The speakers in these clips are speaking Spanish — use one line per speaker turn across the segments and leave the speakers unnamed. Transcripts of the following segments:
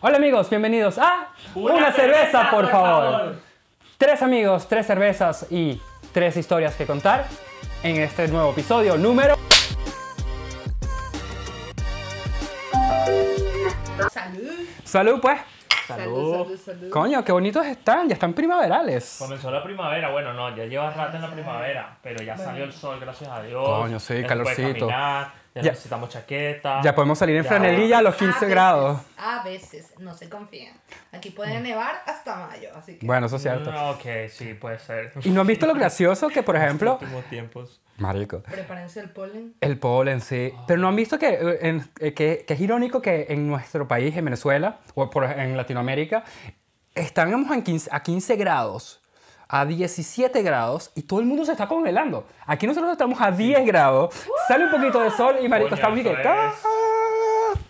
Hola amigos, bienvenidos a Una, cerveza, por, favor. Tres amigos, tres cervezas y tres historias que contar en este nuevo episodio número
Salud.
Salud pues.
Salud,
Oh,
salud, salud.
Coño, qué bonitos están, ya están primaverales.
Comenzó la primavera, bueno, no, ya llevas rato en la primavera, pero ya salió el sol, gracias a Dios.
Coño, sí,
Ya se
calorcito.
puede caminar, ya,
Ya.
necesitamos chaqueta.
Ya podemos salir en
Ya.
franelilla a los
A
15
veces,
grados. Mm.
A veces, no se confían. Aquí puede nevar hasta mayo, así que.
Bueno, eso es cierto.
Mm, ok, sí, puede ser.
¿Y no han visto lo gracioso que, por ejemplo,
Últimos tiempos.
marico,
Prepárense el polen.
el polen, sí. Pero no han visto que, eh, en- eh, que, que es irónico que en nuestro país, en Venezuela, o por, en Latinoamérica, estamos en 15 a 15 grados, a 17 grados, y todo el mundo se está congelando. Aquí nosotros estamos a 10 grados, sale un poquito de sol y, marico,
Coño,
estamos y que...
eso es.
¡Ah!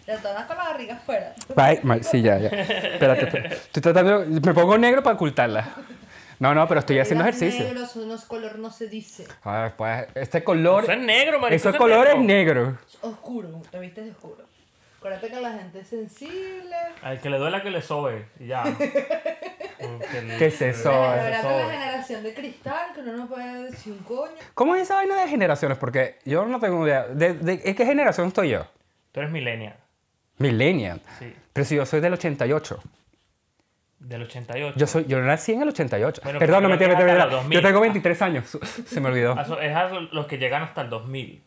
La todas con la barriga afuera.
Bye. Ma- Sí, ya, ya. Espérate, espérate. estoy tratando, me pongo negro para ocultarla. No, no, pero estoy haciendo
Las
ejercicio.
negros son unos color no se dice.
A ver, pues, este color,
Eso es negro, marico.
esos
eso es
colores
negro.
negros.
Es oscuro, te viste de oscuro. Acuérdate que la gente es sensible.
Al que le duela que le sobe, y ya.
¿Qué
¿Qué
es Oh, eso? eso
La, verdad que la
sobe.
generación de cristal, que uno no puede decir un coño.
¿Cómo es esa vaina de generaciones? Porque yo no tengo idea. ¿De, de- de qué generación estoy yo?
Tú eres millennial,
Millennial.
sí,
Pero si yo soy del 88.
del 88.
Yo soy, yo nací en el 88.
Bueno,
Perdón, no
pero
me
creo que
mentira, mentira, mentira.
hasta los 2000.
Yo tengo 23 años. Se me olvidó.
Ah, so- Es a los que llegan hasta el 2000.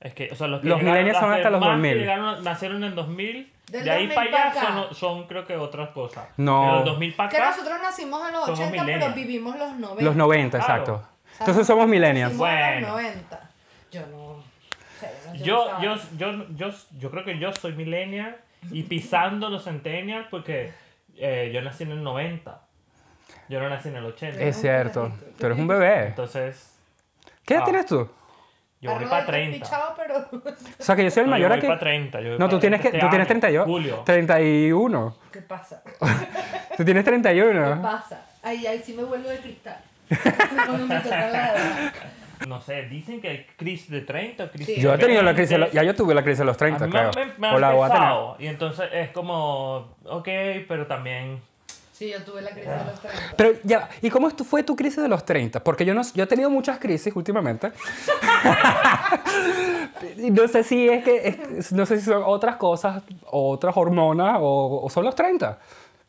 Es que, o sea, los que
Los
llegaron-
millennials son
las
hasta los
demás que
2000.
llegaron- nacieron en 2000.
Del
de ahí
2000
para allá
para acá.
son, son, creo que, otras cosas.
No.
Pero del 2000 para
Que
acá.
nosotros nacimos en los
Somos
80, pero
millennials.
vivimos los 90.
Los 90,
Claro.
exacto. Entonces somos millennials.
Nacimos en los
Bueno.
90. Yo no. o sea, no sé
Yo,
usar.
yo, yo, yo, yo creo que yo soy millennial y pisando los centennials porque eh, yo nací en el 90. Yo no nací en el 80.
Es cierto. Tú eres un bebé.
Entonces,
¿Qué edad
Ah.
tienes tú?
yo voy
Arnold
para
está
30.
pichado, pero.
O sea, que yo soy el
No, yo
mayor
voy
aquí.
para 30. yo voy
No,
pa'
tú tienes, que,
30
tú tienes
años,
38.
Julio.
31.
¿Qué pasa?
Tú tienes 31.
pasa? Ahí, ahí sí me vuelvo de cristal. Cuando me toca la edad.
No sé, dicen que hay crisis de 30 o crisis
Sí.
Yo he
de
tenido la
20.
crisis, de los- ya yo tuve la crisis de los 30,
A mí me
claro.
han- em-, me, me
O
han
la voy a tener.
pesado, Y entonces es como, ok, pero también...
Sí, yo tuve la crisis de los 30.
Pero ya, va, ¿y cómo esto fue tu crisis de los 30? Porque yo no yo he tenido muchas crisis últimamente. Y no sé si es que es- no sé si son otras cosas, otras hormonas o, o son los 30.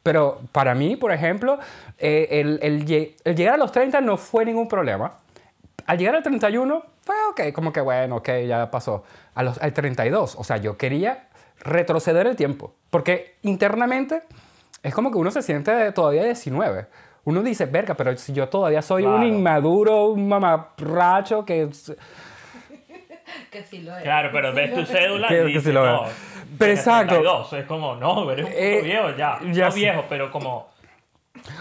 Pero para mí, por ejemplo, eh, el, el lle- el llegar a los 30 no fue ningún problema. Al llegar al 31 fue ok, como que bueno, ok, ya pasó. A los, al 32, o sea, yo quería retroceder el tiempo. Porque internamente es como que uno se siente todavía 19. Uno dice, verga, pero si yo todavía soy un
Claro.
inmaduro, un mamarracho que...
Que sí lo es.
Claro, pero
Sí
ves
lo
tu
es.
cédula
Creo
y
que sí
dices,
lo
no,
veo. Pero
tienes
exacto.
32, es como, no, eres un poco
Eh,
viejo ya.
ya
no
sí.
viejo, pero como...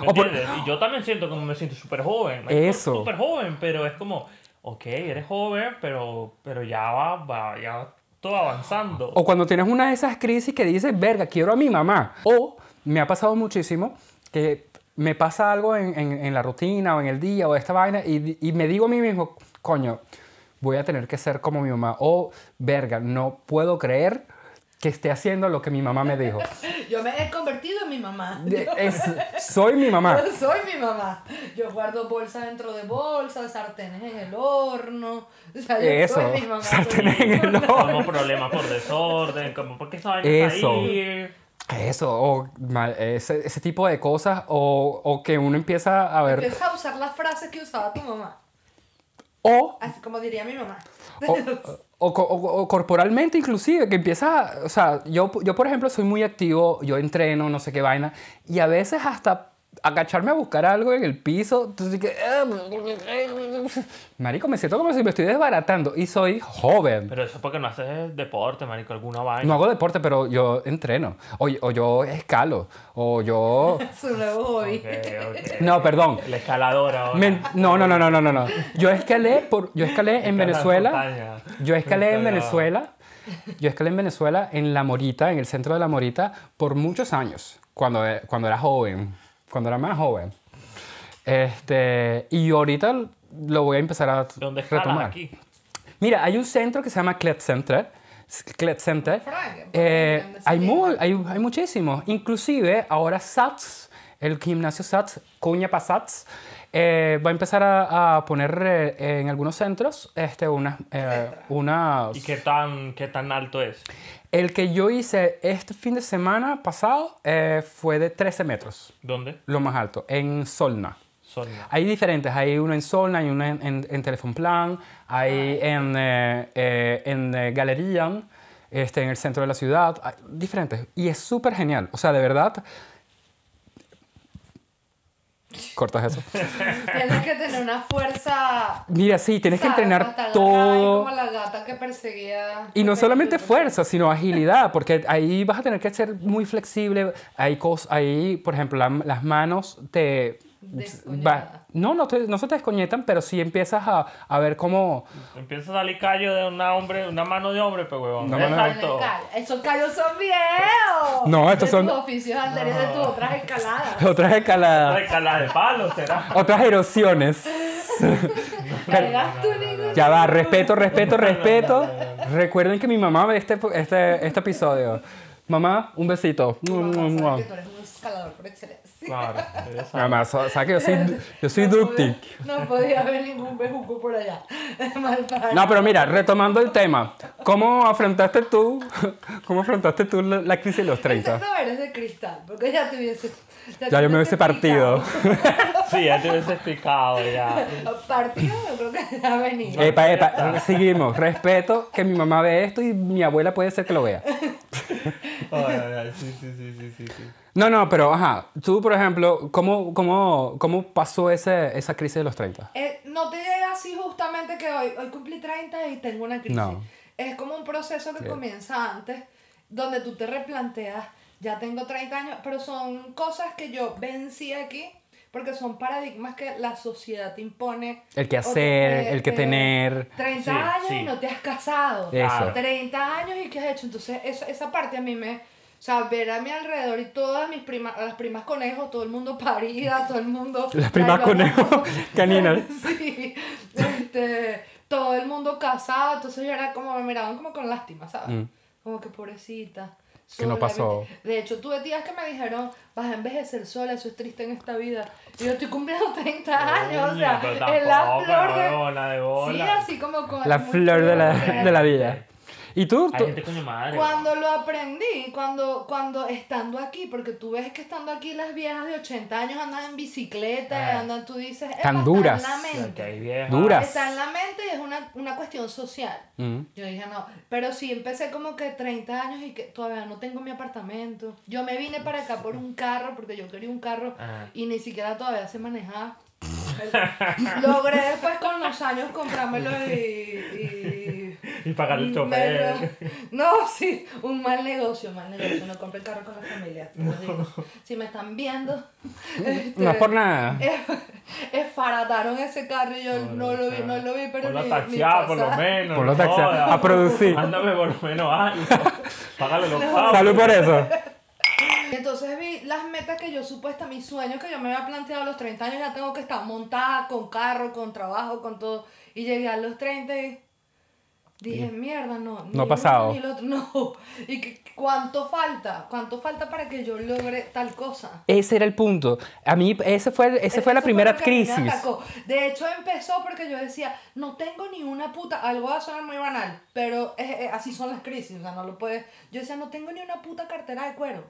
¿me
O por-
entiendes? Y yo también siento como me siento súper joven. me
Eso.
siento Súper joven, pero es como, ok, eres joven, pero, pero ya va, va, ya va todo avanzando.
O cuando tienes una de esas crisis que dices, verga, quiero a mi mamá. O me ha pasado muchísimo que me pasa algo en, en- en la rutina o en el día o esta vaina y, di- y me digo a mí mismo, coño, voy a tener que ser como mi mamá. O, verga, no puedo creer que esté haciendo lo que mi mamá me dijo.
Yo me he convertido en mi mamá.
De- es- soy mi mamá.
Yo soy mi mamá. Yo guardo bolsas dentro de bolsas, sartenes en el horno. O sea, yo
Eso,
soy mi mamá.
sartenes
soy mi
en el
mamá.
horno.
Como problemas por desorden, como, ¿por qué esa vaina está
Eso.
ahí?
Eso, o mal- ese, ese tipo de cosas, o, o que uno empieza a ver...
Empieza a usar las frases que usaba tu mamá.
O
Así como diría mi mamá.
O, o co- o- o corporalmente inclusive, que empieza, a- o sea, yo, yo por ejemplo soy muy activo, yo entreno, no sé qué vaina, y a veces hasta agacharme a buscar algo en el piso, entonces que... Marico, me siento como si me estoy desbaratando y soy joven.
Pero eso es porque no haces deporte, marico, alguna vaina.
No hago deporte, pero yo entreno, o, o yo escalo, o yo...
Su nuevo hobby.
Ok, ok.
No, perdón.
La escaladora ahora.
Men- no, no, no, no, no, no, no. Yo escalé, por, yo escalé en
Escalar
Venezuela.
montaña.
Yo escalé en
Escalar.
Venezuela. Yo escalé en Venezuela, en La Morita, en el centro de La Morita, por muchos años, cuando, e- cuando era joven, cuando era más joven. Este, y ahorita lo voy a empezar a
¿Dónde escalas
retomar.
aquí?
Mira, hay un centro que se llama Klett Center, Clet Center.
Frank,
Eh,
Frank,
hay,
sí.
mu- hay, hay muchísimos. Inclusive ahora SATS, el gimnasio SATS, cuña para SATS, eh, va a empezar a, a poner eh, en algunos centros este, unas... eh, unas-
¿Y qué tan, qué tan alto es?
El que yo hice este fin de semana pasado eh, fue de 13 metros,
¿Dónde?
lo más alto, en Solna.
Solna.
Hay diferentes, hay uno en Solna, hay uno en, en, en Telefón Plan, hay
Ah,
en, eh, eh, en eh, Galerían, este, en el centro de la ciudad, hay diferentes. Y es súper genial, o sea, de verdad... Cortas eso.
Tienes que tener una fuerza.
Mira, sí, tienes que
¿sabes?
entrenar
Hasta la- ay,
todo.
Como la gata que perseguía.
Y no solamente
fuerza
fuerza, sino agilidad, porque ahí vas a tener que ser muy flexible. Hay cosas, ahí, por ejemplo, la- las manos te...
Descoñetadas.
va- no, no, te- no se te desconectan, pero sí empiezas a, a ver cómo...
Empieza a salir callo de una hombre, una mano de hombre, pues huevón.
Una
es
mano de-
alto.
Esos callos son viejos.
No, estos son-
De tus oficios anteriores, de tus otras escaladas.
Otras escaladas,
Ay, cala de palo, será.
otras erosiones.
Cargas tú ningún.
Ya va, respeto, respeto, respeto. Recuerden que mi mamá ve este, este, este episodio. Mamá, un besito.
Mamá, sabes que tú eres un escalador por excelencia.
Claro, ella sabe.
Mamá, sa- sabe que yo soy, yo soy
No
ducting.
podía- No podía haber ningún bejuco por allá. Mal para
No, pero mira, retomando el tema, ¿cómo afrontaste tú, cómo afrontaste tú la, la crisis de los 30?
No eres de cristal, porque ya te hubiese. Ya,
Ya
te
yo me hubiese partido.
Sí, ya te hubiese explicado ya.
picado. Partido, yo creo que ya venía.
Epa, epa, seguimos. Respeto que mi mamá ve esto y mi abuela puede ser que lo vea.
Ay, ay, ay, sí, sí, sí, sí, sí, sí.
No, no, pero ajá, tú, por ejemplo, ¿cómo, cómo, cómo pasó ese, esa crisis de los 30?
Eh, no te llega así justamente que hoy, hoy cumplí 30 y tengo una crisis.
No.
Es como un proceso que comienza antes, donde tú te replanteas, ya tengo 30 años, pero son cosas que yo vencí aquí, porque son paradigmas que la sociedad te impone.
El que
O te-
hacer,
eh,
el que
eh,
tener.
30
Sí,
años
sí.
y no te has casado.
Eso.
30 años y qué has hecho. Entonces, esa, esa parte a mí me. O sea, ver a mi alrededor y todas mis primas, las primas conejos, todo el mundo parida, todo el mundo.
Las primas
Ay, vamos.
conejo caninas.
sí. Este, todo el mundo casado. Entonces yo era como, me miraban como con lástima, ¿sabes? Como que pobrecita.
Mm. Que no
sola,
pasó.
vete- de hecho, tuve tías que me dijeron, vas a envejecer sola, eso es triste en esta vida. Y yo estoy cumpliendo 30 años, o sea,
Pero
en la
tampoco,
flor de...
huevona, de bola.
Sí, así como con...
La
muy
flor de la,
fuerte.
de la vida. Y tú,
Hay
tú-
gente coño madre.
Cuando lo aprendí, cuando, cuando estando aquí, porque tú ves que estando aquí las viejas de 80 años andan en bicicleta,
Ah.
andan, tú dices, "Epa,
Tan duras.
Está en la
huevón. Que
mente.
hay viejas.
Dura. Duras.
Está en la mente y es una, una cuestión social.
Mm.
Yo dije, no, pero sí empecé como que 30 años y que todavía no tengo mi apartamento. Yo me vine para acá por un carro, porque yo quería un carro
Ajá.
y ni siquiera todavía se manejaba. Logré después con los años comprármelo y- y
Y pagar
Mm,
el chofer.
me- No, sí, un mal negocio, mal negocio. No compré el carro con la familia. te lo digo. Si me están viendo, este,
no es por nada.
eh, esfarataron ese carro y yo no lo vi, no lo vi, pero
Ponlo
ni-
a
ni
taxiar, por lo
pasar.
menos.
Ponlo a
no
taxiar,
jodas.
a producir.
Mándame por lo menos algo. Págale los pavos.
Salud por eso.
Y entonces vi las metas que yo supuesta, mis sueños que yo me había planteado a los 30 años, ya tengo que estar montada con carro, con trabajo, con todo. Y llegué a los 30 y dije, mierda, no. ni
ha
uno
pasado.
ni el otro, no. ¿Y que- cuánto falta? ¿Cuánto falta para que yo logre tal cosa?
Ese era el punto. A mí, ese fue, el- ese
Eso
fue la
lo
primera
que a mí me
crisis.
atacó. De hecho, empezó porque yo decía, no tengo ni una puta, algo va a sonar muy banal, pero es- es- así son las crisis, o sea, no lo puedes. Yo decía, no tengo ni una puta cartera de cuero.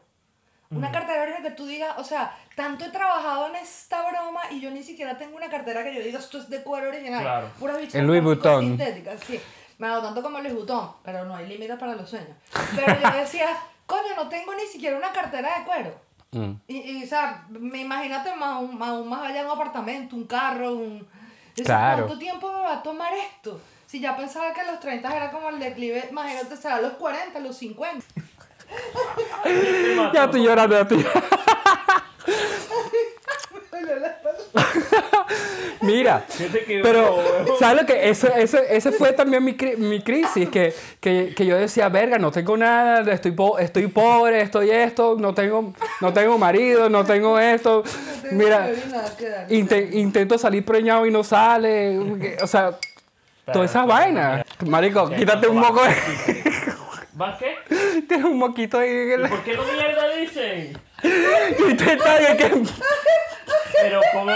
Una cartera de cuero que tú digas, o sea, tanto he trabajado en esta broma y yo ni siquiera tengo una cartera que yo diga, esto es de cuero original.
Claro.
Puras bichas
El Louis
plásticos
Vuitton.
sintéticas, sí. Me hago tanto como Luis Butón, pero no hay límites para los sueños. Pero yo decía, coño, no tengo ni siquiera una cartera de cuero.
Mm.
Y, y, o sea, me imagínate más, un- más, un- más allá un apartamento, un carro, un... Yo decía,
Claro.
¿Cuánto tiempo me va a tomar esto? Si ya pensaba que a los 30 era como el declive, imagínate, será a los 40, a los 50.
Ya estoy llorando, ya estoy- Mira,
Yo te quedo-
pero, ¿sabes lo que? Eso, eso, ese fue también mi, cri- mi crisis, que, que, que yo decía, verga, no tengo nada, estoy, po- estoy pobre, estoy esto, no tengo, no tengo marido, no tengo esto. Mira, inte- intento salir preñado y no sale, o sea, todas esas vainas. Marico, quítate un poco de...
¿Va qué?
Tienes un moquito ahí en
¿Y
el...
por qué no mierda dicen?
Y te está de que...
Pero como.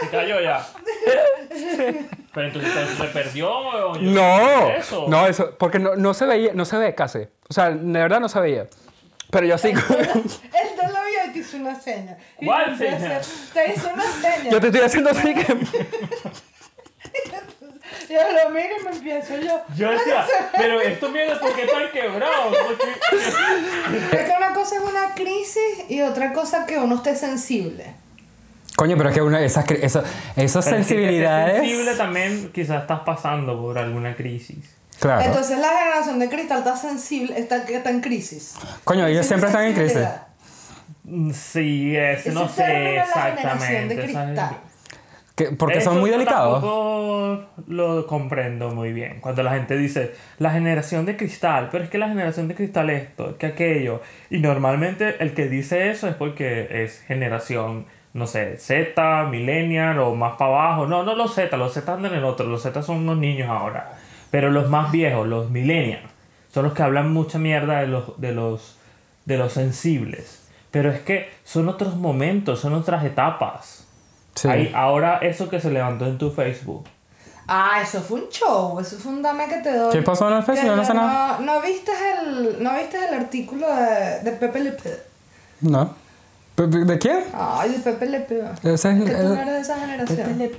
Se cayó ya. Pero entonces se perdió, weón. Yo
No,
sé eso.
no, eso, porque no, no se veía, no se ve casi. O sea, de verdad no se veía. Pero yo sí,
Él te lo vio y te hizo una seña. Y
¿Cuál
te
seña?
hace- Te hizo una seña.
yo te estoy haciendo así que...
Yo lo miro y me empiezo yo.
Yo decía, pero estos mierdas, ¿por qué están quebrados? ¿Por qué?
Es que una cosa es una crisis y otra cosa que uno esté sensible.
Coño, pero es que una, esas, cre- esas, esas sensibilidades...
sensible también, quizás estás pasando por alguna crisis.
Claro.
Entonces la generación de cristal está sensible, está, está en crisis.
Coño, ellos siempre están en crisis.
Sensibilidad.
Mm, Sí, es,
Ese
no
término
sé
es La generación
exactamente.
de
esa es-
cristal.
Que- porque
Eso
son muy
yo
delicados.
Tampoco lo comprendo muy bien. Cuando la gente dice, la generación de cristal, pero es que la generación de cristal esto, que aquello. Y normalmente el que dice eso es porque es generación, no sé, Z, millennial o más para abajo. No, no los Z, los Z andan en el otro, los Z son unos niños ahora. Pero los más viejos, los millennials, son los que hablan mucha mierda de los, de los, de los sensibles. Pero es que son otros momentos, son otras etapas.
Sí.
Ahí, ahora eso que se levantó en tu Facebook.
Ah, eso fue un show, eso fue un dame que te doy.
¿Qué pasó en el
Que
Facebook? No sé nada.
No, no viste el, no viste el artículo de, de Pepe Le Pew?
No. ¿De- ¿De de quién?
Ay, de Pepe Le Pew.
Ese
Que tú no
es
eres de esa generación.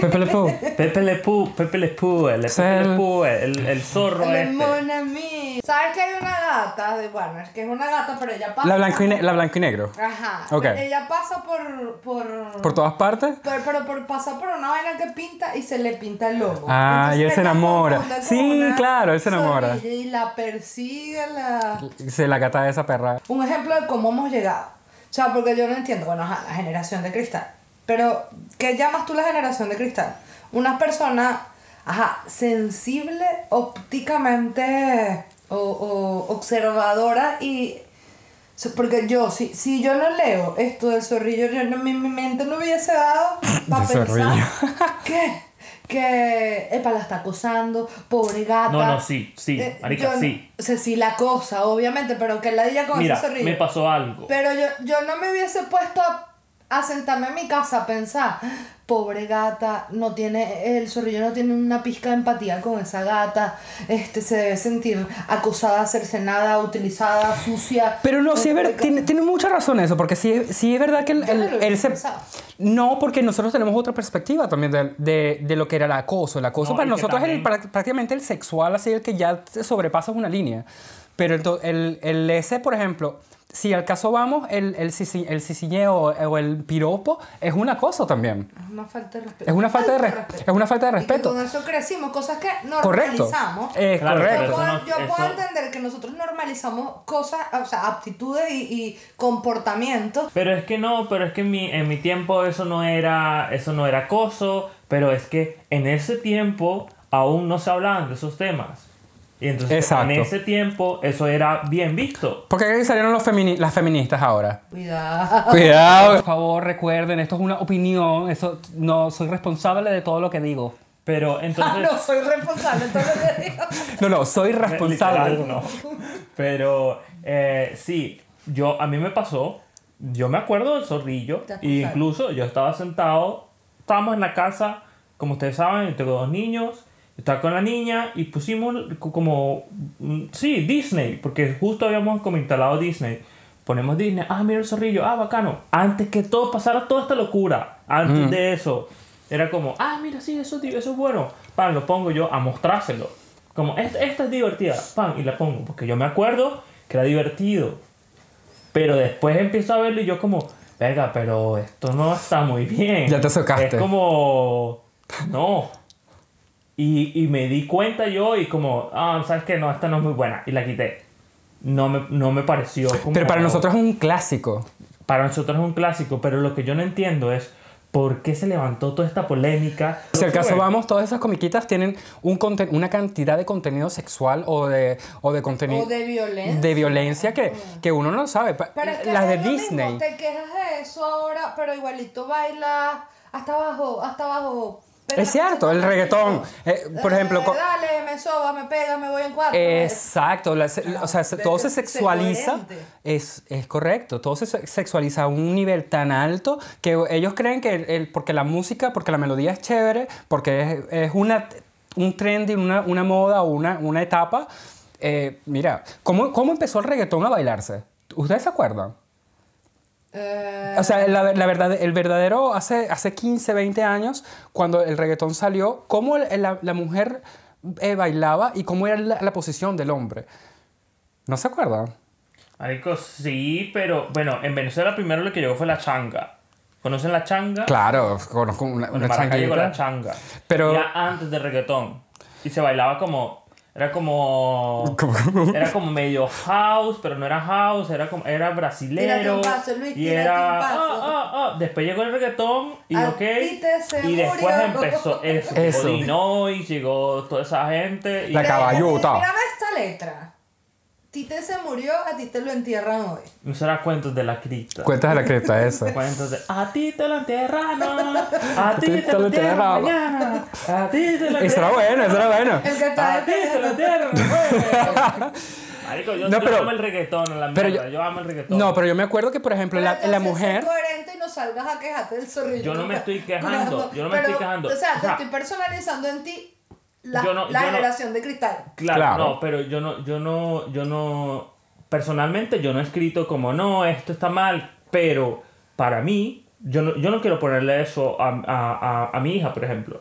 Pepe Le Pew.
Pepe Le Pew, Pepe Le Pew, el Pepe
Ser-
Le Pew, el, el zorro
Le
este.
Mon Ami. ¿Sabes que hay una gata de Warner? Que es una gata, pero ella pasa.
La blanco y, ne- la blanco y negro.
Ah.
Ajá.
Ok.
Ella pasa por. por...
Por todas partes.
Pero, pero por, pasa por una vaina que pinta y se le pinta el logo.
Ah, y él se
la
enamora.
confunde con
Sí,
una
claro, él se enamora.
zorrilla Y la persigue la...
Se la cata de esa perra.
un ejemplo de cómo hemos llegado. O sea, porque yo no entiendo, bueno, ajá, la generación de cristal. Pero, ¿qué llamas tú la generación de cristal? Una persona, ajá, sensible ópticamente o, o observadora y... so- Porque yo, si, si yo no leo esto del zorrillo, yo no- mi, mi mente no hubiese dado para
Del
pensar
zorrillo.
que, que, epa, la está acosando, pobre gata.
No, no, sí, sí,
Eh,
marica,
yo no-
sí.
O sea, sí, la cosa, obviamente, pero que la diga con
Mira,
ese zorrillo.
me pasó algo.
Pero yo, yo no me hubiese puesto a, a sentarme en mi casa a pensar, "Ah, pobre gata, no tiene, el zorrillo no tiene una pizca de empatía con esa gata, este se debe sentir acosada, cercenada, utilizada, sucia.
Pero no, sí es ver-
Porque-
tiene, tiene mucha razón eso, porque sí, es- sí es verdad que el,
Yo no
el-
lo hubiese
él se-
pensado.
No, porque nosotros tenemos otra perspectiva también de, de- de lo que era el acoso. El acoso
No,
para
y que
nosotros es el
también-
prá- prácticamente el sexual, así el que ya te sobrepasas una línea. Pero el, to- el, el ese, por ejemplo, si al caso vamos, el, el, sisi- el sisiñeo o el piropo es un acoso también.
Es una falta de respeto.
Es una falta de, res-
respeto.
es una falta de
Y que
respeto.
con eso crecimos, cosas que
Correcto. Eh,
normalizamos.
Es
Claro,
correcto.
Yo,
Eso
puedo,
no-
yo puedo
eso-
entender que nosotros normalizamos cosas, o sea, aptitudes y, y comportamientos.
Pero es que no, pero es que en mi, en mi tiempo eso no era eso no era acoso, pero es que en ese tiempo aún no se hablaban de esos temas. Y entonces
Exacto.
en ese tiempo eso era bien visto.
Porque ahí salieron los femini- las feministas ahora.
Cuidado.
Pues, Cuidado. Ah, Por favor, recuerden, esto es una opinión. Eso no soy responsable de todo lo que digo.
Pero
Ah,
entonces
no, soy responsable, entonces le digo.
No, no, soy responsable.
eh, Literal, no. Pero eh, sí, yo, a mí me pasó, yo me acuerdo del zorrillo,
Te acusaron.
e incluso yo estaba sentado, estábamos en la casa, como ustedes saben, yo tengo dos niños, estaba con la niña y pusimos como, mm, sí, Disney, porque justo habíamos como instalado Disney. Ponemos Disney, ah, mira el zorrillo, ah, bacano. Antes que todo pasara toda esta locura, antes de eso, era como, ah, mira, sí, eso, es di- eso es bueno. Pan, lo pongo yo a mostrárselo. Como, esta, esta es divertida, pan, y la pongo, porque yo me acuerdo que era divertido. Pero después empiezo a verlo y yo como, verga, pero esto no está muy bien.
Ya te socaste.
Es como, no. Y, y me di cuenta yo y como, ah, sabes que no, esta no es muy buena. Y la quité. No me, no me pareció como...
Pero para nosotros es un clásico.
Para nosotros es un clásico, pero lo que yo no entiendo es por qué se levantó toda esta polémica.
Si al caso
Bueno,
vamos, todas esas comiquitas tienen un conten- una cantidad de contenido sexual o de, o de contenido
O de violencia.
de violencia que, que uno no sabe. Pa-
Pero es que
Las de
es lo mismo,
Disney.
Te quejas de eso ahora, pero igualito baila hasta abajo, hasta abajo. pega.
Es cierto, el reggaetón. Eh, por ejemplo, co-
Dale, dale, me soba, me pega, me voy en cuatro.
Exacto, la se- o sea, se-
Ah, de
todo
que
se
se
sexualiza,
coherente.
es, es correcto, todo se se- sexualiza a un nivel tan alto que ellos creen que el- el- porque la música, porque la melodía es chévere, porque es, es una, un trend, y una, una moda o una, una etapa. eh, mira, ¿cómo, ¿cómo empezó el reggaetón a bailarse? ¿Ustedes se acuerdan?
Eh,
O sea, la, la verdad, el verdadero, hace, hace 15, 20 años, cuando el reggaetón salió, cómo el- la, la mujer eh, bailaba y cómo era la, la posición del hombre. ¿No se acuerdan?
Marico, sí, pero bueno, en Venezuela primero lo que llegó fue la changa. ¿Conocen la changa?
Claro, conozco una,
Bueno,
una
Maracay llegó la
changuita.
changa.
Pero-
Era antes del reggaetón. Y se bailaba como. Era como.
Como-
Era como medio house, pero no era house, era como era
Tírate
brasilero.
un paso, Luis,
y
tírate
era.
un paso.
ah, ah, ah. Después llegó el reggaetón y
A
ok.
ti te se
Y después
murió.
empezó eso.
Eso.
Llegó Dinois, llegó toda esa gente. Y
La
mira,
caballota.
Mírame esta letra. Tite se murió, a ti te lo entierran hoy.
no será cuentos de la cripta.
Cuentas de la cripta eso.
Cuentos de. A ti te lo enterraron. A ti
ti
te
te lo
lo enterraron.
enterraron.
mañana, A ti te lo
Eso era
enterraron.
bueno, eso era bueno.
El que
Ah.
está
A ti se lo dieron, Marico, yo,
No,
yo
pero-
amo el reggaetón, a la
pero
mierda. Yo,
yo-
amo el reggaetón.
No, pero yo me acuerdo que, por ejemplo, la, la
entonces,
mujer...
sé coherente y no salgas a quejarte del zorrillo.
Yo no me estoy quejando, yo no me estoy quejando.
O sea,
O
te
sea,
estoy personalizando en ti la,
yo no-
la
yo no-
generación de cristal.
Claro,
Claro.
no, pero yo no, yo no, yo no. Personalmente, yo no he escrito como no, esto está mal, pero para mí, yo no, yo no quiero ponerle eso a, a, a, a mi hija, por ejemplo.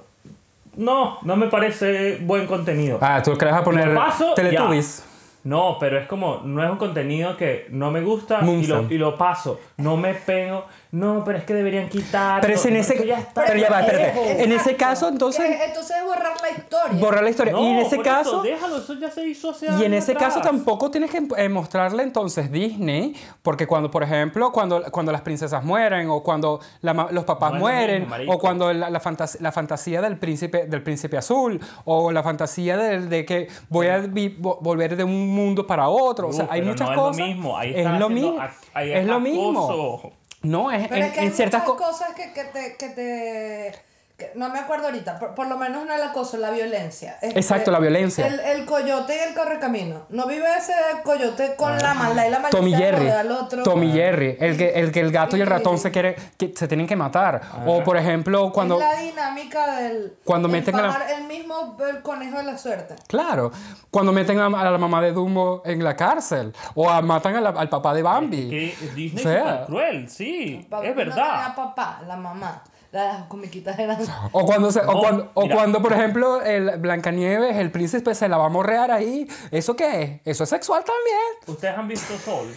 No, no me parece buen contenido.
Ah, tú que le vas a poner
Lo paso, ya.
Teletubbies.
No, pero es como, no es un contenido que no me gusta y
Moonstone.
lo, y lo paso. No me pego. No, pero es que deberían quitar.
Pero es en ese...
ya está.
Pero ya va, espérate.
viejo.
En ese
Exacto.
caso, entonces,
Que- entonces es borrar la historia.
borrar la historia.
No,
y en ese
por eso,
caso...
déjalo, eso ya se hizo hace
Y en
años
ese caso
atrás.
tampoco tienes que eh, mostrarle entonces Disney, porque cuando, por ejemplo, cuando, cuando las princesas mueren, o cuando la ma- los papás
No es lo
mueren,
mismo, marico.
o cuando la, la fantas- la fantasía del príncipe, del príncipe azul, o la fantasía del- de, que voy a vi- vo- volver de un mundo para otro. o sea,
Uh,
hay
pero
muchas
no
cosas.
Es lo mismo. Ahí
es
están
lo
haciendo
mismo.
ac- ahí
Es lo mismo.
acoso.
No, es
Pero
en,
es que
en
hay
ciertas
muchas
cosas.
cosas que, que te... Que te que no me acuerdo ahorita, por, por lo menos no el acoso, la violencia. Este,
Exacto, la violencia.
El, el coyote y el correcamino. No vive ese coyote con
Ah.
la maldad y la malicia
Tommy
de
Jerry,
joder al otro.
Tommy Jerry, el que, el que el gato y el
Sí, sí,
ratón
sí.
se quiere, que se tienen que matar.
Ah.
O por ejemplo, cuando
Es la dinámica del.
Cuando
el
meten a la-
pajar- El mismo el conejo de la suerte.
Claro, cuando meten a, a la mamá de Dumbo en la cárcel o a- matan a la- al papá de Bambi.
Que Disney
O sea.
es súper cruel, sí.
Papá
es
No tenía
verdad.
papá, la mamá. Las comiquitas eran.
O cuando, se- o
No,
cuando, o
mira.
cuando, por ejemplo, el Blancanieves, el príncipe se la va a morrear ahí. ¿Eso qué es? Eso es sexual también.
Ustedes han visto Soul.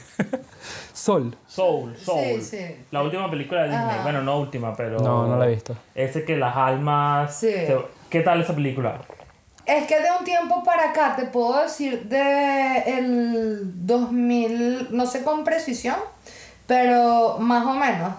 Sol.
Soul, Soul.
Sí, sí.
La última película de Disney.
Ah.
Bueno, no última, pero.
No, no la he visto.
Ese que las almas.
Sí.
se- ¿Qué tal esa película?
Es que de un tiempo para acá, te puedo decir de el 2000, no sé con precisión, pero más o menos,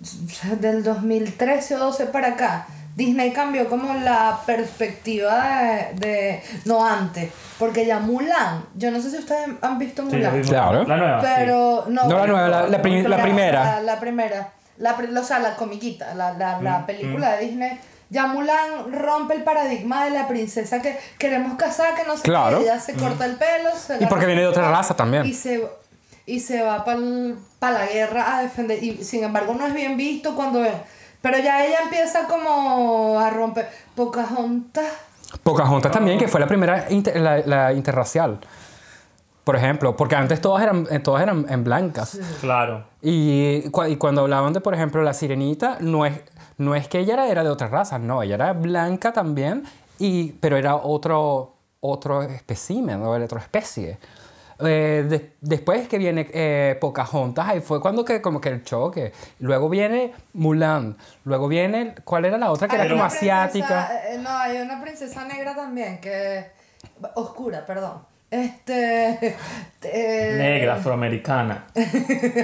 o sea, del 2013 o 12 para acá, Disney cambió como la perspectiva de, de- no antes, porque ya Mulan, yo no sé si ustedes han visto
Sí, la
Mulan,
vimos.
Claro.
La nueva. sí.
pero no,
No, la nueva, la- la prim- la primera.
La, la primera, la, pri- o sea, la comiquita, la, la,
Mm,
la película de Disney. Ya Mulan rompe el paradigma de la princesa que queremos casar, que no sé
Claro.
qué, ella
Mm.
se corta el pelo, se
Y
la-
porque viene de otra raza
y
también.
se, y se va para la guerra a defender. Y sin embargo no es bien visto cuando... Pero ya ella empieza como a romper Pocahontas.
Pocahontas también, que fue la primera inter- la, la interracial. Por ejemplo, porque antes todas eran, eh, todas eran en blancas.
Claro.
Y, cua- y cuando hablaban de, por ejemplo, la sirenita, no es, no es que ella era, era de otra raza, no, ella era blanca también, y, pero era otro, otro espécimen, o era otra especie. Eh, de- después que viene eh, Pocahontas, ahí fue cuando que como que el choque. Luego viene Mulan, luego viene, ¿cuál era la otra que
Hay
era como
una princesa,
asiática?
eh, No, hay una princesa negra también que. Oscura, perdón. Este. eh,
Negra, afroamericana.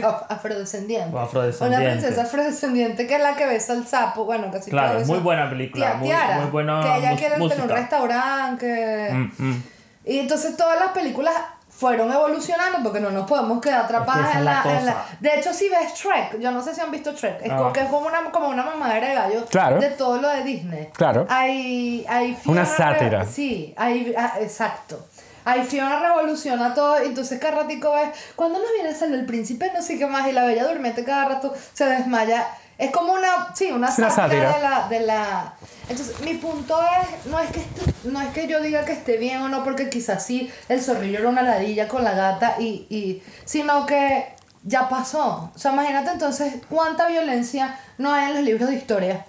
af- afrodescendiente.
O afrodescendiente.
Una princesa afrodescendiente que es la que besa al sapo. Bueno, casi
Claro,
toda besa-
muy buena película,
Tia-
muy-
Tiara,
muy buena
Que ella
mus-
quiere tener
música.
un restaurante. Que...
Mm, mm.
Y entonces todas las películas fueron evolucionando porque no nos podemos quedar atrapadas
Es que
en,
esa
la,
es la
en la-
cosa.
De hecho, si ves Shrek, yo no sé si han visto Shrek, es
Ah.
como, que es como una, como una mamadera de gallo
Claro.
de todo lo de Disney.
Claro.
Hay, hay
Una
Fiona Re-
sátira.
Sí, hay, ah, exacto. Ahí Fiona revoluciona todo, y entonces cada ratico es, cuando nos viene el sale el príncipe, no sé qué más, y la bella durmiente cada rato se desmaya. Es como una, sí, una
Es una
sátira,
sátira.
de la, de la... Entonces, mi punto es, no es, que esté- no es que yo diga que esté bien o no, porque quizás sí, el zorrillo era una ladilla con la gata, y, y sino que ya pasó. O sea, imagínate entonces cuánta violencia no hay en los libros de historia.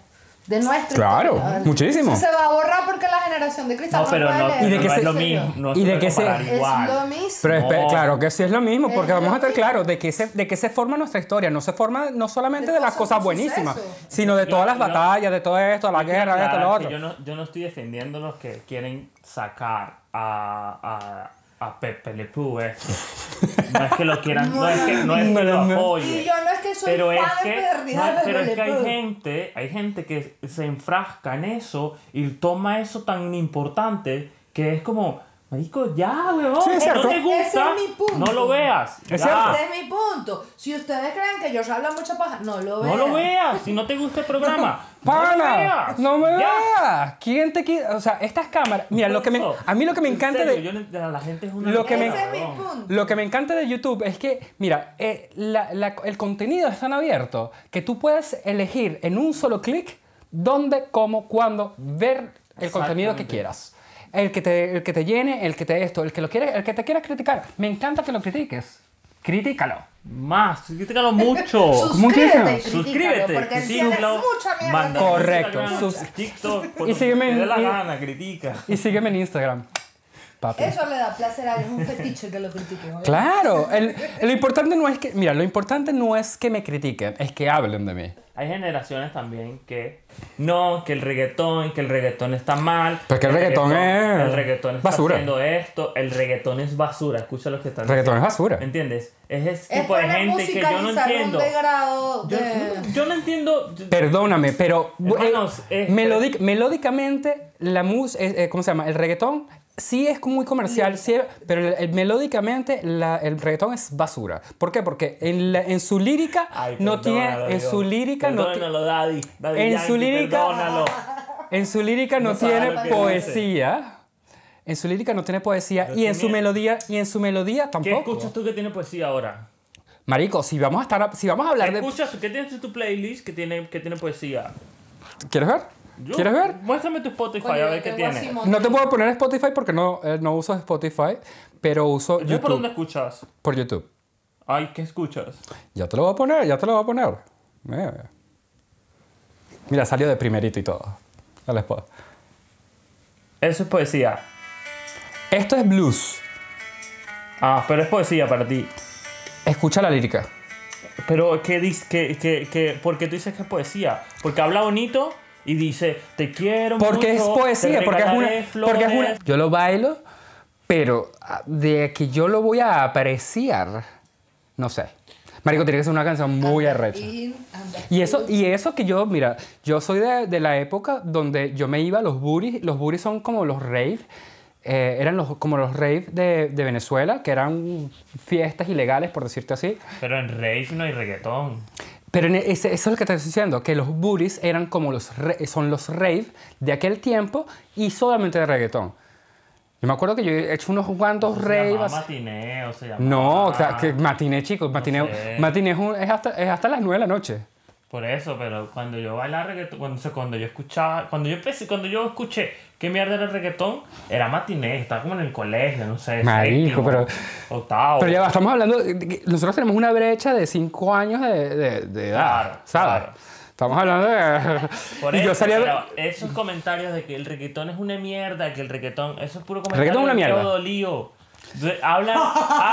De nuestra
Claro,
historia, ¿vale?
muchísimo.
Se va a borrar porque la generación de cristal
No, pero
puede
no,
leer.
¿Y de
no
qué
es
se-
lo mismo. No
¿Y de
puede
qué se-
comparar
Es
igual.
lo mismo.
Pero espe-
No.
claro que sí es lo mismo, porque
Es
vamos
lo
a estar
mismo.
claros de que se, de qué se forma nuestra historia. No se forma no solamente
De
de, las
cosas
cosas
que
buenísimas,
suceso.
sino de
Yo-
todas las
yo-
batallas, de todo esto, la
Hay que
guerra, esto, lo
aclarar que
otro.
Yo no, yo no estoy defendiendo los que quieren sacar a, a, a Pepe Le Pew, esto. No es que lo quieran, no es que, no es que lo
No, no.
apoye.
Y yo no es que soy
pero
fan
es que,
empedernida
no,
de
pero es que hay
Lollipop.
gente, hay gente que se enfrasca en eso y toma eso tan importante que es como, marico, ya, weón,
Sí, es
si no
cierto.
te gusta,
Ese es mi punto.
no lo veas.
Es
ya.
cierto.
Ese es mi punto. Si ustedes creen que yo hablo mucha paja, no lo vean.
No lo veas, si no te gusta el programa. no lo
¡Pana!
veas.
¡No me
Ya.
veas! ¿Quién te qui- O sea, estas cámaras. Mira, lo que me,
Eso.
a mí lo que me
En
encanta
serio,
de.
yo no- la gente es una
lo que me-
Ese es mi
cabrón.
punto.
Lo que me encanta de YouTube es que, mira, eh, la- la- el contenido es tan abierto que tú puedes elegir en un solo clic dónde, cómo, cuándo ver el contenido que
Exactamente.
quieras. El que, te, el que te llene, el que te esto, el que, lo quiere, el que te quieras criticar. Me encanta que lo critiques. Critícalo.
Más, critícalo mucho.
Suscríbete y
Muchísimo.
critícalo,
Suscríbete,
porque él tiene
critícalo,
mucha mierda.
manda
que
Correcto.
Instagram,
Sus-
TikTok,
Y
cuando
sígueme
te dé
en-
la
y-
gana, critica.
Y sígueme en Instagram. Papi.
criticar. Eso le da placer a él, es un fetiche que lo critiquen. ¿vale?
Claro. el- lo importante no es que. Mira, lo importante no es que me critiquen, es que hablen de mí.
Hay generaciones también que no, que el reggaetón, que el reggaetón está mal.
Pero que el reggaetón es
El reggaetón está
basura.
haciendo esto, el reggaetón es basura. Escucha lo que están
El reggaetón es
diciendo.
basura.
¿Entiendes? Es ese
Es
tipo de
para
gente que yo no
musicalizar
entiendo.
un degrado
Yo,
de...
yo no entiendo.
Perdóname, pero
Hermanos,
eh,
este-
melodic- melódicamente la mus, eh, eh, ¿cómo se llama? El reggaetón sí es muy comercial, sí, pero el- el- melódicamente la- el reggaetón es basura. ¿Por qué? Porque en, la- en su lírica
Ay,
no
perdónalo,
tiene en
Dios.
su lírica no ti-
Perdónalo, Daddy. Daddy
en
Yankee,
su lírica-
Perdónalo.
en su lírica no,
No sabe
tiene
lo que dice.
poesía. En su lírica no tiene poesía
Pero
y en su
tiene-
melodía y en su melodía
¿Qué
tampoco.
escuchas tú que tiene poesía ahora?
Marico, si vamos a estar a- si vamos a hablar
¿Qué
de
escuchas tú? ¿Qué tienes en tu playlist que tiene, que tiene poesía?
¿Quieres ver?
Yo-
¿Quieres ver?
Muéstrame tu Spotify
Oye,
a ver qué
tengo
tiene.
así mon-
No te puedo poner Spotify porque no, eh, no uso Spotify, pero uso
¿Yo por dónde
YouTube.
escuchas?
Por YouTube.
Ay, ¿qué escuchas?
Ya te lo voy a poner, ya te lo voy a poner. Mira, Mira, salió de primerito y todo. Dale, spot.
Eso es poesía.
Esto es blues.
Ah, pero es poesía para ti.
Escucha la lírica.
Pero, ¿qué dices? ¿Qué, qué, qué? ¿Por qué tú dices que es poesía? Porque habla bonito y dice, te quiero
Porque es
mucho,
poesía,
te
porque es
regalaré
una, porque es una.
flores".
Yo lo bailo, pero ah, de que yo lo voy a apreciar, no sé. Marico, tiene que ser una canción muy arrecha.
In and out.
Y eso, y eso que yo, mira, yo soy de, de la época donde yo me iba a los buris. Los buris son como los raves. eh, eran los, como los raves de, de Venezuela, que eran fiestas ilegales, por decirte así.
Pero en rave no hay reggaetón.
Pero en ese- eso es lo que te estoy diciendo, que los buris eran como los ra- son los raves de aquel tiempo y solamente de reggaetón. Yo me acuerdo que yo he hecho unos cuantos
se
raves.
llama
así-
matineo, se llama...
No, o sea, que matiné, chicos, matiné,
Ah. sé.
matiné es, un- es hasta, es hasta las 9 de la noche.
Por eso, pero cuando yo bailaba reggaetón, cuando, o sea, cuando yo escuchaba, cuando yo empecé, cuando yo escuché qué mierda era el reggaetón, era matiné, estaba como en el colegio, no sé.
Marico,
séptimo,
pero-
Octavo.
Pero ya va, estamos hablando. de que nosotros tenemos una brecha de 5 años de, de- de edad.
Claro,
¿Sabes?
claro.
Estamos hablando de.
Por
y
eso,
yo salía.
pero esos comentarios de que el reggaetón es una mierda, que el reggaetón, eso es puro comentario
reggaetón es una
de
mierda.
todo lío. De- Hablan,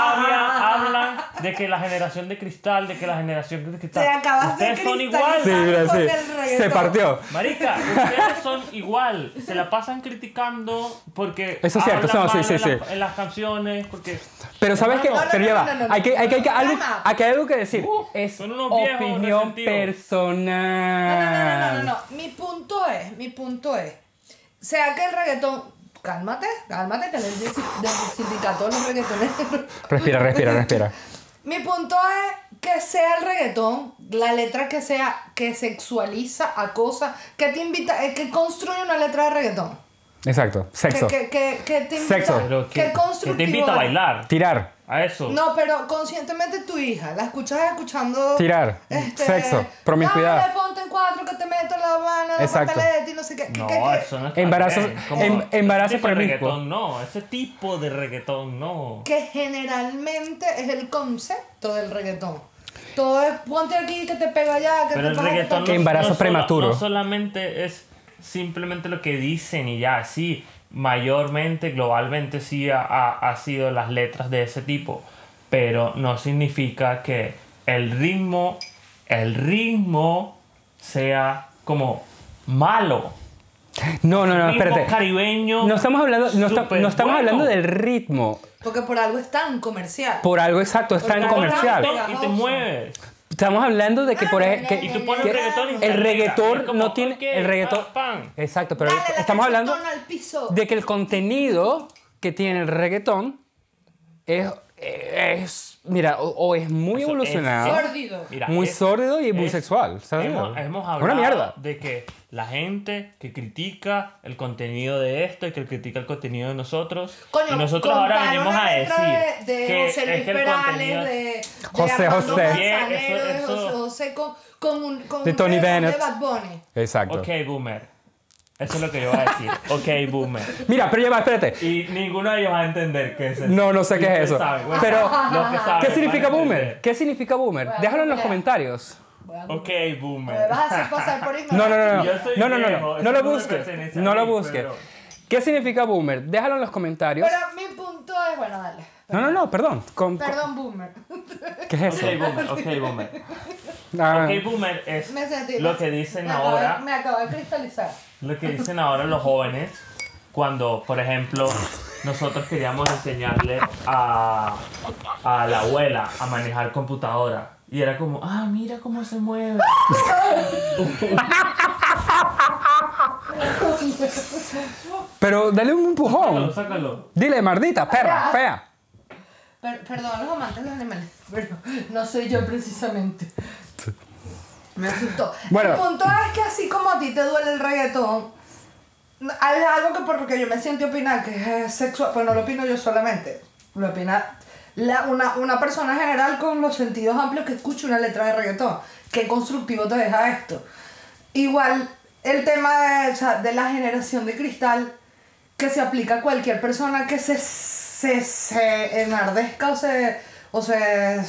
hablan, hablan de que la generación de cristal, de que la generación de cristal.
Te acabas de
Ustedes son
cristalizar.
igual.
Sí, mira,
Con
sí.
Ah, el
Se
reggaetón.
partió.
Marica, ustedes son igual. Se la pasan criticando porque.
Eso es cierto,
hablan
no, sí,
mal
sí,
en,
sí.
las- en las canciones, porque.
Pero ¿sabes qué?
No, no,
pero
no,
ya
no,
va.
no, no,
hay, que, hay, que, hay, que-
no,
algo,
no.
aquí hay algo que decir.
Uh,
es
son unos viejos
opinión
resentidos.
personal.
Ah.
No, no, no, no, no, no, no. Mi punto es, mi punto es, sea que el reggaetón Cálmate, cálmate, que en el sin- del sindicato de los reggaetoneros.
Respira, respira, respira.
Mi punto es que sea el reggaetón, la letra que sea, que sexualiza, acosa, que te invita, eh, que construye una letra de reggaetón.
Exacto.
Que-
Sexo.
Que, que, que te invita,
Sexo.
Pero
que,
que, que
constructivo
te invita a
es.
bailar.
Tirar.
A eso.
No, pero conscientemente tu hija, la escuchas escuchando.
Tirar, sexo, promiscuidad.
Dale, ponte en cuatro que te meto en la mano,
Exacto.
pantaleta y no sé qué. que-
No,
que- que-
eso no es
Embarazos-
también, como-
em- embarazo
ese tipo de
promiscuo.
reggaetón no, ese tipo de reggaetón no.
que generalmente es el concepto del reggaetón. Todo es ponte aquí que te pega allá, que
Pero
te
el
pasa
reggaetón no,
esto".
Que embarazo
no sola-
prematuro.
no solamente es simplemente lo que dicen y ya, sí, mayormente, globalmente sí ha, ha- ha sido las letras de ese tipo, pero no significa que el ritmo, el ritmo sea como malo.
No, no, no,
ritmo
espérate.
caribeño.
No estamos hablando, no, esta-
súper
no estamos
bueno.
hablando del ritmo.
Porque por algo es tan comercial.
Por algo exacto, es
Porque
tan
algo
comercial.
exacto.
Y te mueves.
Estamos hablando de que, por ejemplo.
Y tú pones
Que
reggaetón y
el
te
reggaetón
ríes, como,
no tiene.
ok,
El reggaetón.
pam, pam.
Exacto, pero
Dale la
estamos hablando
calcetona al piso.
de que el contenido que tiene el reggaetón es. es mira, o, o es muy
Eso es
evolucionado.
Sórdido.
Mira,
muy
es-
sórdido y muy
es-
sexual. ¿sabes?
Hemos, hemos
Una
hablado
mierda.
de que la gente que critica el contenido de esto y que critica el contenido de nosotros.
Coño,
y nosotros ahora
compara
venimos
una
a
letra
decir
de, de
que
José Luis
es que el
Perales,
contenido-
de, de
José
Armando
José.
Manzanero,
Bien, eso-
de José
eso-
José con, con un, con
De
un
Tony
reggaetón
Bennett.
de Bad Bunny.
Exacto.
Ok, boomer. Eso es lo que yo voy a decir. ok, boomer.
Mira, pero ya va, espérate.
Y ninguno de ellos va a entender qué es eso.
No, no sé
Y
qué es
ustedes
eso.
saben,
Pero,
los que saben
¿Qué
van
significa
a
boomer?
entender.
¿Qué significa boomer?
Bueno,
Déjalo en los
ya.
comentarios.
Voy a-
Ok,
Oh, Me
boomer.
vas a hacer pasar
No,
por
no,
ignorante.
no, no.
Yo soy
No, no, no,
viejo,
no.
eso
No lo
no me
busques.
pertenece a
No lo
mí,
busques.
pero-
¿Qué significa boomer? Déjalo en los comentarios.
Pero mi punto es, bueno, dale.
No, no, no, perdón. Con- con-
Perdón, boomer.
¿Qué es eso?
Ok, boomer. Ok, boomer.
Ah,
Ok, boomer es
Me sentí.
lo que dicen
me acabo de-
ahora.
me acabo de cristalizar.
Lo que dicen ahora los jóvenes, cuando, por ejemplo, nosotros queríamos enseñarle a, a la abuela a manejar computadora. Y era como, ah, mira cómo se mueve.
Pero dale un
Sácalo,
empujón.
sácalo.
Dile, mardita, perra, fea.
Per- perdón a los amantes de los animales, pero no soy yo precisamente. Me asustó.
Bueno.
El punto es que así como a ti te duele el reggaetón, no- hay algo que por lo que yo me siento opinar, que es sexual, pues no lo opino yo solamente, lo opina la- una, una persona en general con los sentidos amplios que escucha una letra de reggaetón. Qué constructivo te deja esto. Igual el tema de, o sea, de la generación de cristal que se aplica a cualquier persona que se, se, se enardezca o se, o se,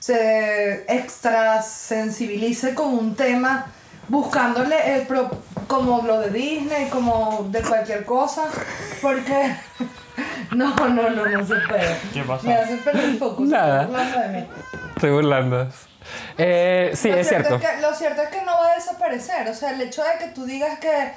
se extrasensibilice con un tema buscándole el pro- como lo de Disney, como de cualquier cosa, porque... No, no, no, no se puede.
¿Qué pasa?
Me hace perder el foco.
Nada. Estoy burlando. Eh, sí,
Lo
es cierto.
que- lo cierto es que no va a desaparecer. O sea, el hecho de que tú digas que,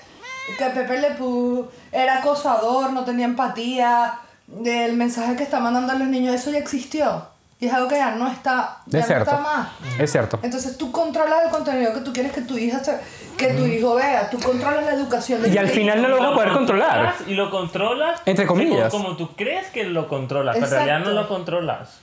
que Pepe Le Pew era acosador, no tenía empatía, del mensaje que está mandando a los niños, eso ya existió. Y es algo que ya no está, ya
Es
no está
cierto.
más.
Es cierto.
Entonces tú controlas el contenido que tú quieres que tu hija se- que tu hijo vea, tú controlas la educación de
Y
tu
al
hijo.
final no lo vas a poder controlar.
Y lo controlas.
Entre comillas.
Como, como tú crees que lo controlas, pero en
Exacto.
realidad no lo controlas.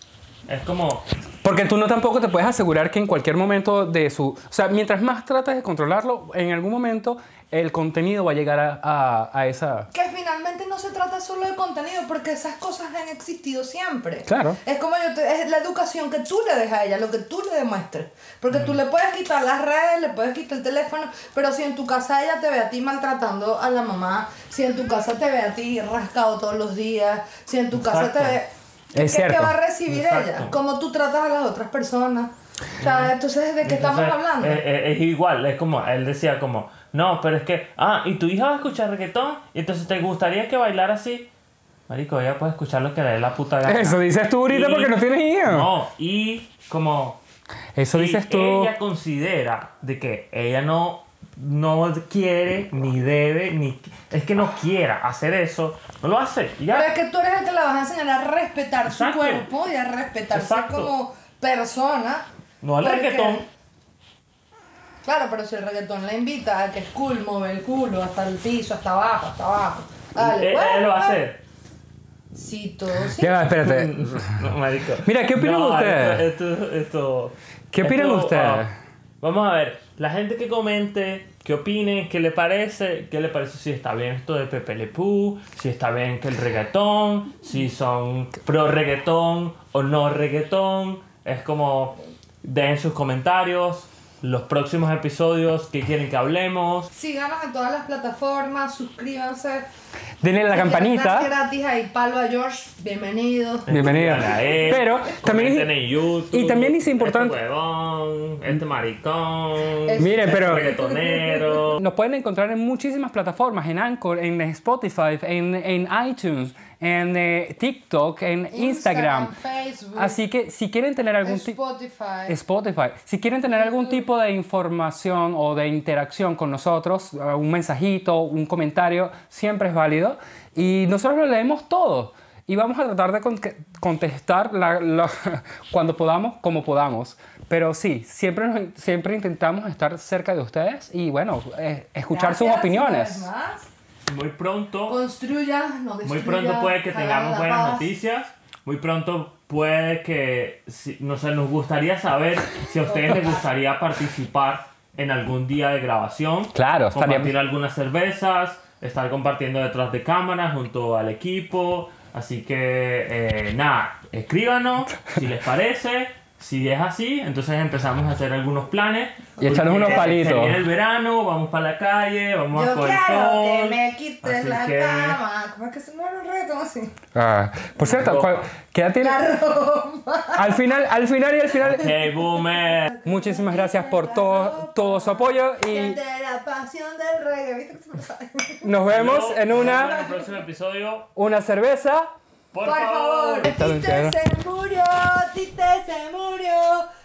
Es como,
Porque tú no tampoco te puedes asegurar que en cualquier momento de su... O sea, mientras más tratas de controlarlo, en algún momento el contenido va a llegar a, a- a esa...
Que finalmente no se trata solo de contenido, porque esas cosas han existido siempre.
Claro.
Es como yo te- es la educación que tú le des a ella, lo que tú le demuestres. Porque tú le puedes quitar las redes, le puedes quitar el teléfono, pero si en tu casa ella te ve a ti maltratando a la mamá, si en tu casa te ve a ti rascado todos los días, si en tu casa te
Exacto.
ve...
Es
¿Qué, qué
cierto.
va a recibir
Exacto.
ella? ¿Cómo tú tratas a las otras personas? O sea, entonces, ¿de qué estamos
Entonces,
hablando?
eh, eh, Es, igual, es como, él decía como, no, pero es que, ah, y tu hija va a escuchar reggaetón, y entonces te gustaría que bailara así. Marico, ella puede escuchar lo que le dé la puta gana.
Eso dices tú ahorita
Y-
porque no tienes hijos.
No, y como,
Eso
y
dices tú...
ella considera de que ella no, no quiere, ni debe, ni, es que no quiera hacer eso, no lo hace, y
Pero es
ya.
que tú eres el que la vas a enseñar a respetar su
Exacto.
cuerpo y a respetarse
Exacto.
como persona.
No al
Porque-
reggaetón.
Claro, pero si el reggaetón la invita a que es cool, mueve el culo hasta el piso, hasta abajo, hasta abajo. Dale,
Él,
bueno,
él Eh, lo va a
bueno.
hacer.
Sí, todo sí.
Ya va, espérate.
No, marico.
Mira, ¿qué opinan
No,
ustedes?
Esto, esto, esto-
¿Qué opinan
esto,
ustedes?
ah, vamos a ver, la gente que comente, que opine, qué le parece, qué le parece si está bien esto de Pepe Le Pew, si está bien que el reggaetón, si son pro reggaetón o no reggaetón. Es como, den sus comentarios, los próximos episodios, qué quieren que hablemos.
Síganos en todas las plataformas, suscríbanse.
Denle a la
Están
campanita.
gratis ahí, palo a George. Bienvenido.
Bienvenido.
A él,
Pero también
comenten
es,
en YouTube,
y también es importante-
Este huevón, este maricón. Este
Es-
Miren, pero-
Reggaetonero.
nos pueden encontrar en muchísimas plataformas, en Anchor, en Spotify, en, en iTunes, en eh, TikTok, en Instagram.
Facebook.
Así que si quieren tener algún tipo...
Spotify.
Spotify. Si quieren tener algún tipo de información o de interacción con nosotros, eh, un mensajito, un comentario, siempre es válido. Y nosotros lo leemos todo. Y vamos a tratar de con- contestar la- la- cuando podamos, como podamos. Pero sí, siempre, nos- siempre intentamos estar cerca de ustedes y, bueno, eh, escuchar sus
Gracias,
opiniones.
una vez más.
Muy pronto,
Construyan, no
muy
destruyan,
pronto puede que
hagan
tengamos
la
buenas
paz.
noticias. Muy pronto puede que, si- no sé, nos gustaría saber si a ustedes les gustaría participar en algún día de grabación.
Claro, estaría-
compartir algunas cervezas, estar compartiendo detrás de cámara junto al equipo. Así que, eh, nada, escríbanos si les parece. Si es así, entonces empezamos a hacer algunos planes.
Y echarnos
Porque
unos palitos.
se viene el verano, vamos para la calle, vamos a
Yo
coger
quiero que
sol.
me quites
Así
la
que-
cama. ¿Cómo es que se me lo reto así?
Ah, por cierto, ¿cuál- ¿qué edad tiene? Al final, al final y al final.
Hey, boomer.
Muchísimas gracias por todo, todo su apoyo y
Siente la pasión del reggae. ¿Viste que se me lo sabe?
nos vemos
Nos
en
vemos
una,
el próximo episodio.
una cerveza.
Por,
Por favor,
Está
Tite
bien,
se murió, Tite se murió,